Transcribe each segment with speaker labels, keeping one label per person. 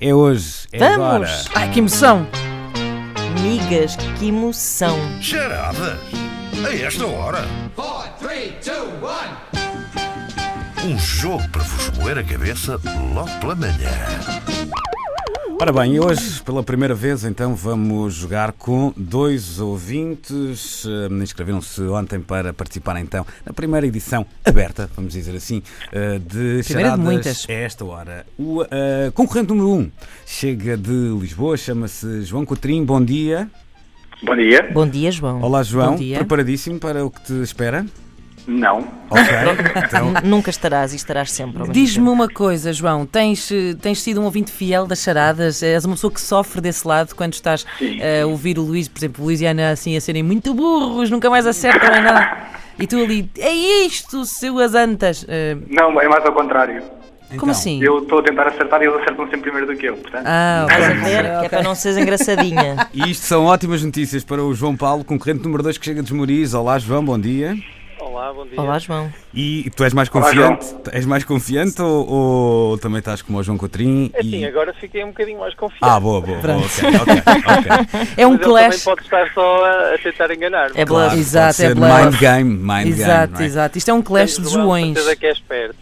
Speaker 1: É hoje, é agora.
Speaker 2: Vamos! Ai, que emoção! Migas, que emoção!
Speaker 3: Geradas? A esta hora? Um jogo para vos moer a cabeça logo pela manhã.
Speaker 1: Ora bem, e hoje, pela primeira vez, então, vamos jogar com dois ouvintes. Eh, Inscreveram-se ontem para participar, então, na primeira edição aberta, vamos dizer assim, eh, de
Speaker 2: Primeira de
Speaker 1: Charadas
Speaker 2: muitas.
Speaker 1: a esta hora. O eh, concorrente número um chega de Lisboa, chama-se João Cotrim. Bom dia.
Speaker 4: Bom dia.
Speaker 2: Bom dia, João.
Speaker 1: Olá, João.
Speaker 2: Bom dia.
Speaker 1: Preparadíssimo para o que te espera?
Speaker 4: Não.
Speaker 1: Ok, então
Speaker 2: N- Nunca estarás e estarás sempre. ao mesmo
Speaker 5: Diz-me
Speaker 2: tempo.
Speaker 5: uma coisa, João. Tens, eh, tens sido um ouvinte fiel das charadas? És uma pessoa que sofre desse lado quando estás
Speaker 4: Sim.
Speaker 5: eh, a ouvir o Luís, por exemplo, o Luís e a Ana assim a serem muito burros, nunca mais acertam em nada. E tu ali, é isto, suas antas. Eh,
Speaker 4: Não, é mais ao contrário.
Speaker 1: Então,
Speaker 5: como assim?
Speaker 4: Eu estou a tentar acertar e eles acertam sempre primeiro do que eu, portanto.
Speaker 5: Ah,
Speaker 2: Estás a
Speaker 5: ok.
Speaker 2: ver? Que é para não seres engraçadinha.
Speaker 1: E isto são ótimas notícias para o João Paulo, concorrente número 2 que chega de Moriz. Olá, João, bom dia.
Speaker 6: Olá, bom dia.
Speaker 2: Olá, João.
Speaker 1: E tu és mais
Speaker 4: Olá,
Speaker 1: confiante? és mais confiante ou, ou também estás como o João Cotrim?
Speaker 6: É Assim,
Speaker 1: e...
Speaker 6: agora fiquei um bocadinho mais confiante.
Speaker 1: Ah, boa, boa, boa. Ok, ok, ok.
Speaker 5: É um
Speaker 6: mas ele também
Speaker 5: clash.
Speaker 6: pode estar só a, a tentar enganar-me.
Speaker 2: É bluff.
Speaker 1: Claro,
Speaker 5: Exato,
Speaker 1: Ah, pode
Speaker 5: é
Speaker 1: ser
Speaker 5: bluff.
Speaker 1: mind game, mind game.
Speaker 5: Exato,
Speaker 1: não é?
Speaker 5: exato. Isto é um clash de joões.
Speaker 6: certeza que é esperto.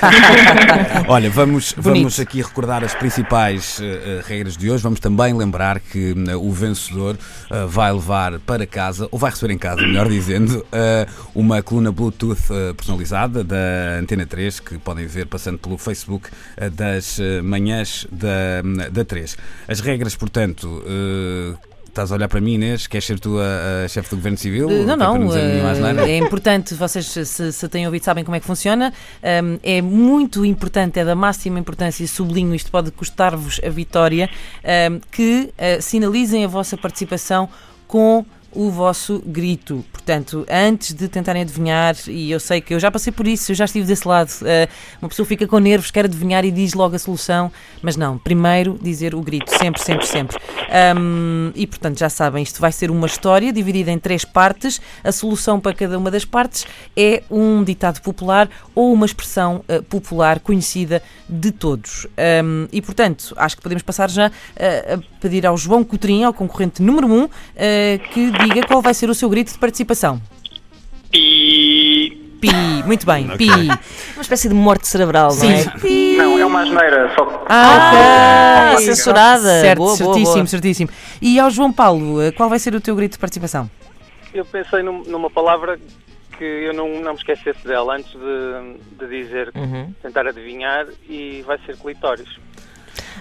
Speaker 1: Olha, vamos, vamos
Speaker 5: Bonito.
Speaker 1: aqui recordar as principais eh, eh, regras de hoje. Vamos também lembrar que eh, o vencedor eh, vai levar para casa, ou vai receber em casa, melhor dizendo, eh, uma coluna Bluetooth eh, personalizada da Antena 3, que podem ver passando pelo Facebook eh, das eh, manhãs da, da 3. As regras, portanto. eh, Estás a olhar para mim, Inês? Queres ser tu a, a chefe do Governo Civil?
Speaker 5: Eh, Não,
Speaker 1: Para
Speaker 5: não.
Speaker 1: nos
Speaker 5: eh,
Speaker 1: animares, não é?
Speaker 5: é importante, vocês se, se têm ouvido sabem como é que funciona. Ahm, é muito importante, é da máxima importância, e sublinho, isto pode custar-vos a vitória, ahm, que eh, sinalizem a vossa participação com o vosso grito. Portanto, antes de tentarem adivinhar, e eu sei que eu já passei por isso, eu já estive desse lado, eh, uma pessoa fica com nervos, quer adivinhar e diz logo a solução, mas não, primeiro dizer o grito, sempre, sempre, sempre. Ahm, e portanto, já sabem, isto vai ser uma história dividida em três partes. A solução para cada uma das partes é um ditado popular ou uma expressão eh, popular conhecida de todos. Ahm, e portanto, acho que podemos passar já eh, a pedir ao João Cotrim, ao concorrente número 1, um, eh, que diga qual vai ser o seu grito de participação.
Speaker 4: E.
Speaker 5: Pi, muito bem, pi.
Speaker 2: Uma espécie de morte cerebral, não é?
Speaker 5: Sim, pi.
Speaker 4: Não, é uma asneira, só.
Speaker 5: Ah,
Speaker 2: Ah, censurada.
Speaker 5: Certo,
Speaker 2: Boa, boa,
Speaker 5: certíssimo,
Speaker 2: boa.
Speaker 5: certíssimo. E ao João Paulo, eh, qual vai ser o teu grito de participação?
Speaker 6: Eu pensei num- numa palavra que eu não, não me esquecesse dela antes de, de dizer,
Speaker 5: Uhum.
Speaker 6: tentar adivinhar, e vai ser clitóris.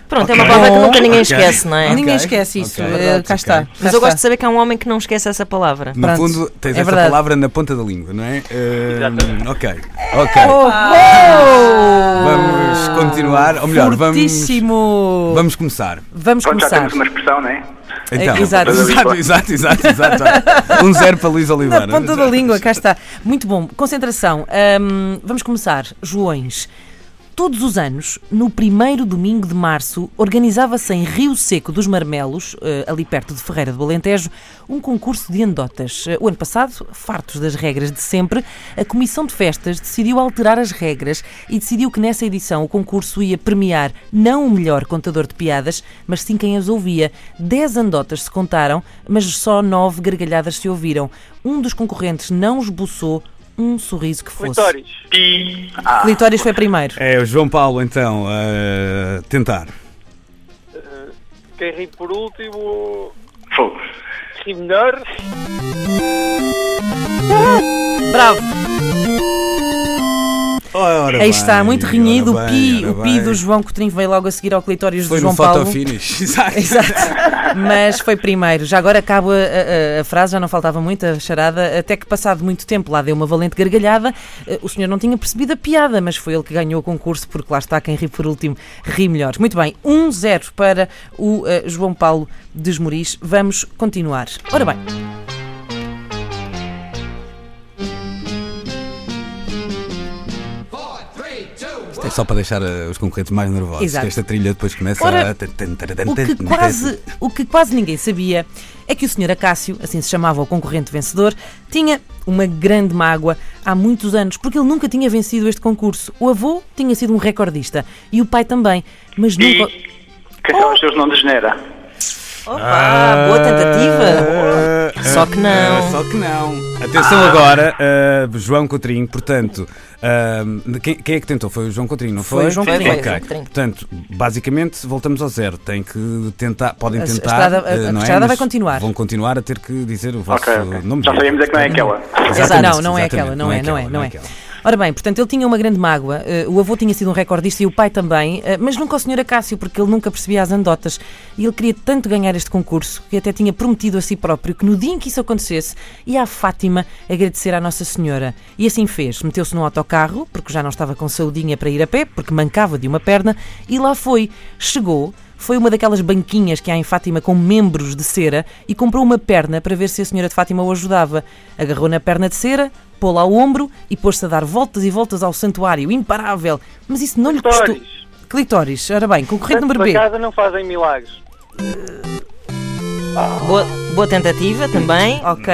Speaker 2: Pronto, é uma palavra que nunca
Speaker 1: Ok.
Speaker 2: ninguém esquece, não é?
Speaker 1: Ok,
Speaker 5: Ninguém esquece isso.
Speaker 1: ok.
Speaker 5: eh,
Speaker 1: Verdade,
Speaker 5: cá
Speaker 1: ok.
Speaker 5: está.
Speaker 2: Mas eu gosto de saber que há um homem que não esquece essa palavra.
Speaker 1: No
Speaker 5: Pronto,
Speaker 1: fundo, tens
Speaker 5: é
Speaker 1: esta
Speaker 5: verdade.
Speaker 1: palavra na ponta da língua, não é? Eh,
Speaker 6: Exatamente.
Speaker 1: ok,
Speaker 5: É.
Speaker 1: ok.
Speaker 5: Ah,
Speaker 1: Vamos continuar, ou melhor, vamos,
Speaker 5: Fortíssimo! Vamos,
Speaker 1: vamos começar.
Speaker 4: Pronto, já
Speaker 5: começar.
Speaker 4: temos uma expressão, não é?
Speaker 1: Então,
Speaker 5: É, exato.
Speaker 1: exato, exato, exato, exato. Um zero para Luís Oliveira.
Speaker 5: Na ponta da língua, cá está. Muito bom. Concentração. Ahm, vamos começar. Joões. Todos os anos, no primeiro domingo de março, organizava-se em Rio Seco dos Marmelos, eh, ali perto de Ferreira do Alentejo, um concurso de anedotas. Eh, O ano passado, fartos das regras de sempre, a Comissão de Festas decidiu alterar as regras e decidiu que nessa edição o concurso ia premiar não o melhor contador de piadas, mas sim quem as ouvia. Dez anedotas se contaram, mas só nove gargalhadas se ouviram. Um dos concorrentes não esboçou um sorriso que fosse. Ah.
Speaker 6: Clitóris.
Speaker 4: E.
Speaker 5: Clitóris foi primeiro.
Speaker 1: É o João Paulo, então, a tentar.
Speaker 6: Quem ri por último,
Speaker 4: Fogo.
Speaker 6: ri melhor.
Speaker 5: Bravo!
Speaker 1: Ora
Speaker 5: Aí está,
Speaker 1: bem,
Speaker 5: muito renhido.
Speaker 1: ora
Speaker 5: O pi,
Speaker 1: bem,
Speaker 5: o
Speaker 1: ora
Speaker 5: pi
Speaker 1: bem.
Speaker 5: do João Cotrim veio logo a seguir ao clitóris
Speaker 1: Foi
Speaker 5: do João
Speaker 1: no photo
Speaker 5: Paulo.
Speaker 1: finish. Exato.
Speaker 5: Exato. Mas foi primeiro. Já agora acabo a, a- a frase, já não faltava muito a charada, até que passado muito tempo lá deu uma valente gargalhada. Eh, O senhor não tinha percebido a piada, mas foi ele que ganhou o concurso, porque lá está quem ri por último, ri melhor. Muito bem, 1-0 para o eh, João Paulo Desmoriz. Vamos continuar. Ora bem.
Speaker 1: Isto é só para deixar eh, os concorrentes mais nervosos.
Speaker 5: Exato.
Speaker 1: que Esta trilha depois começa
Speaker 5: Ora,
Speaker 1: a... tan, tan, tan, tan,
Speaker 5: O que,
Speaker 1: tan,
Speaker 5: quase, o que quase ninguém sabia é que o Sr. Acácio, assim se chamava o concorrente vencedor, tinha uma grande mágoa há muitos anos, porque ele nunca tinha vencido este concurso. O avô tinha sido um recordista e o pai também, mas nunca.
Speaker 4: Quem
Speaker 2: Oh.
Speaker 4: são os seus não degenera?
Speaker 2: Opa, boa tentativa.
Speaker 4: Ah,
Speaker 2: Só que não.
Speaker 1: Só que não. Atenção agora, ah, João Coutrinho, portanto, ah, quem, quem é que tentou? Foi o João Coutrinho, não foi?
Speaker 2: Foi o João Coutrinho,
Speaker 1: Ok.
Speaker 2: foi o João Coutrinho.
Speaker 1: Portanto, basicamente, voltamos ao zero. Tem que tentar, podem
Speaker 5: A- a
Speaker 1: tentar.
Speaker 5: estrada- a-
Speaker 1: ah,
Speaker 5: a
Speaker 1: não é?
Speaker 5: estrada vai
Speaker 1: Mas
Speaker 5: continuar.
Speaker 1: Vão continuar a ter que dizer o vosso
Speaker 4: Ok, ok.
Speaker 1: nome.
Speaker 4: Já sabíamos é que não é aquela.
Speaker 5: Exato.
Speaker 1: Exatamente,
Speaker 5: Não, não é
Speaker 1: exatamente.
Speaker 5: aquela, não, é, não é,
Speaker 1: aquela,
Speaker 5: não é.
Speaker 1: aquela.
Speaker 5: Ora bem, portanto, ele tinha uma grande mágoa. Eh, o avô tinha sido um recordista e o pai também, eh, mas nunca o senhor Acácio, porque ele nunca percebia as andotas. E ele queria tanto ganhar este concurso que até tinha prometido a si próprio que no dia em que isso acontecesse ia à Fátima agradecer à Nossa Senhora. E assim fez. Meteu-se num autocarro, porque já não estava com saudinha para ir a pé, porque mancava de uma perna, e lá foi. Chegou. Foi uma daquelas banquinhas que há em Fátima com membros de cera e comprou uma perna para ver se a senhora de Fátima o ajudava. Agarrou na perna de cera, pô-la ao ombro e pôs-se a dar voltas e voltas ao santuário, imparável. Mas isso não lhe custou.
Speaker 6: Clitóris.
Speaker 5: Clitóris, ora bem, concorrente
Speaker 6: Portanto,
Speaker 5: número
Speaker 6: para
Speaker 5: B.
Speaker 6: casa não fazem milagres.
Speaker 1: Ah.
Speaker 2: Boa, boa tentativa também.
Speaker 5: Ok.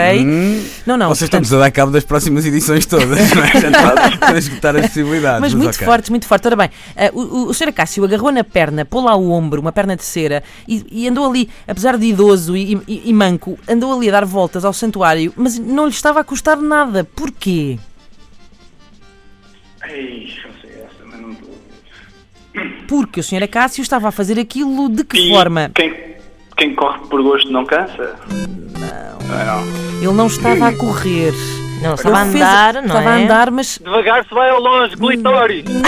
Speaker 5: Não, não.
Speaker 1: Hum. Vocês
Speaker 5: portanto,
Speaker 1: estão-nos a dar cabo das próximas edições todas, não é? Já está a esgotar as possibilidades.
Speaker 5: mas muito
Speaker 1: ok.
Speaker 5: fortes, muito fortes. Ora bem, ah, o, o- o Sr. Acácio agarrou na perna, pô lá o ombro, uma perna de cera, e, e andou ali, apesar de idoso e, e- e manco, andou ali a dar voltas ao santuário, mas não lhe estava a custar nada. Porquê?
Speaker 4: Ei, não sei, essa, mas não estou.
Speaker 5: Porque o Sr. Acácio estava a fazer aquilo de que forma?
Speaker 4: Quem, quem corre por gosto não cansa? Não.
Speaker 5: Ele não estava a correr.
Speaker 2: Não, estava a
Speaker 5: Ele fez-
Speaker 2: andar, não
Speaker 5: Estava a
Speaker 2: é?
Speaker 5: andar, mas
Speaker 6: Devagar se vai ao longe, clitóris.
Speaker 5: Hum.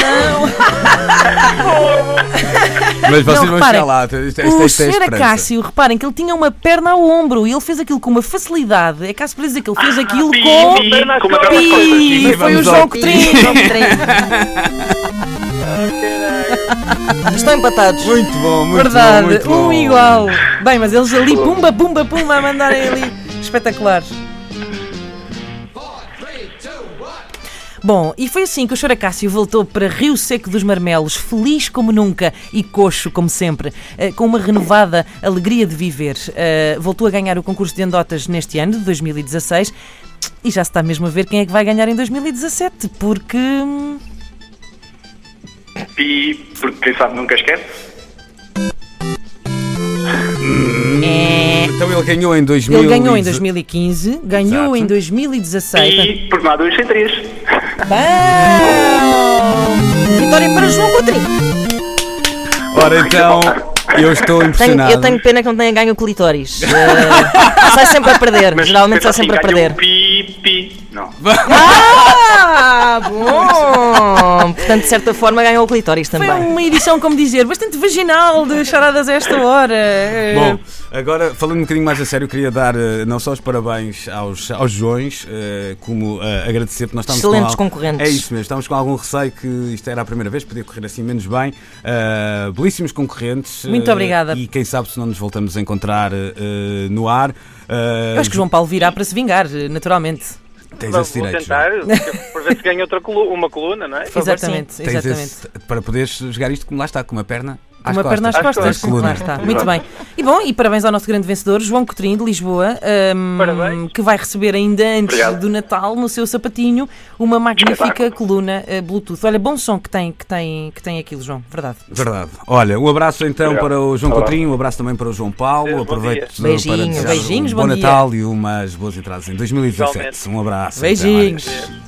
Speaker 1: Mas vocês
Speaker 5: Não,
Speaker 1: vão
Speaker 5: reparem,
Speaker 1: chegar lá. Isto, isto, isto é
Speaker 5: O
Speaker 1: a
Speaker 5: Sr.
Speaker 1: esperança.
Speaker 5: Acácio, reparem que ele tinha uma perna ao ombro e ele fez aquilo com uma facilidade. É caso para dizer que ele fez aquilo
Speaker 2: Oh,
Speaker 5: com.
Speaker 4: Pi,
Speaker 6: perna às
Speaker 4: como é aquelas
Speaker 6: costas.
Speaker 4: coisas.
Speaker 5: Pi,
Speaker 1: Mas
Speaker 5: foi o
Speaker 1: vamos ao
Speaker 5: João
Speaker 1: pi.
Speaker 5: Coutrinho.
Speaker 2: Estão empatados.
Speaker 1: Muito bom, muito
Speaker 5: Verdade,
Speaker 1: bom. muito
Speaker 5: um
Speaker 1: bom.
Speaker 5: igual. Bem, mas eles ali, pumba, pumba, pumba, a mandarem ali. Espetacular. Bom, e foi assim que o Sr. Acácio voltou para Rio Seco dos Marmelos, feliz como nunca e coxo como sempre, eh, com uma renovada alegria de viver. Eh, Voltou a ganhar o concurso de andotas neste ano, de 2016, e já se está mesmo a ver quem é que vai ganhar em 2017, porque. hum,
Speaker 4: Pi, porque quem sabe nunca esquece.
Speaker 1: Então ele ganhou em 2000.
Speaker 5: Ele ganhou em 2015, ganhou
Speaker 1: Exato.
Speaker 5: em 2016.
Speaker 4: Pi, porque não há dois sem três.
Speaker 5: Bom! Vitória para João Coutrinho.
Speaker 1: Ora então, eu estou
Speaker 2: Tenho-
Speaker 1: impressionado.
Speaker 2: eu tenho pena que não tenha ganho o clitóris. Eh, sai sempre a perder. Geralmente sai
Speaker 4: pensa
Speaker 2: sempre a
Speaker 4: assim, ganha
Speaker 2: perder.
Speaker 4: um Pi, pi. Não.
Speaker 2: Ah, bom! Portanto, de certa forma, ganhou o clitóris
Speaker 5: Foi um
Speaker 2: também.
Speaker 5: uma edição, como dizer, bastante vaginal de charadas a esta hora.
Speaker 1: Bom, agora falando um bocadinho mais a sério, queria dar eh, não só os parabéns aos, aos Joões, eh, como eh, agradecer porque nós estamos
Speaker 2: Excelentes
Speaker 1: com al-
Speaker 2: concorrentes.
Speaker 1: É isso mesmo, estamos com algum receio que isto era a primeira vez, podia correr assim menos bem. Eh, belíssimos concorrentes. eh,
Speaker 5: Muito obrigada.
Speaker 1: E quem sabe se não nos voltamos a encontrar eh, no ar. Eh,
Speaker 5: Eu acho que João Paulo virá para se vingar, naturalmente.
Speaker 1: Tens
Speaker 6: Vou
Speaker 1: esse direito.
Speaker 6: tentar, para ver se ganho outra colu- uma coluna, não é?
Speaker 2: favor,
Speaker 5: exatamente,
Speaker 1: João. Tens
Speaker 5: exatamente.
Speaker 1: esse, para poderes jogar isto como lá está, com uma perna
Speaker 5: Com
Speaker 1: às
Speaker 5: Uma perna às
Speaker 1: costas.
Speaker 5: costas.
Speaker 1: Às colunas.
Speaker 5: Lá está. Muito bem. E bom, e parabéns ao nosso grande vencedor, João Coutrinho, de Lisboa, hum,
Speaker 6: Parabéns.
Speaker 5: que vai receber ainda antes
Speaker 4: Obrigado.
Speaker 5: do Natal, no seu sapatinho, uma magnífica coluna eh, Bluetooth. Olha, bom som que tem, que tem, que tem aquilo, João. Verdade.
Speaker 1: Verdade. Olha, um abraço então
Speaker 4: Obrigado.
Speaker 1: para o João
Speaker 4: Olá.
Speaker 1: Coutrinho, um abraço também para o João Paulo.
Speaker 6: Tá Bom
Speaker 1: Aproveito
Speaker 6: dia.
Speaker 1: uh, para
Speaker 2: Beijinhos.
Speaker 1: desejar
Speaker 5: Beijinhos,
Speaker 1: um bom,
Speaker 5: bom dia.
Speaker 1: Natal e umas boas entradas em 2017. Um abraço. até mais.
Speaker 5: Beijinhos.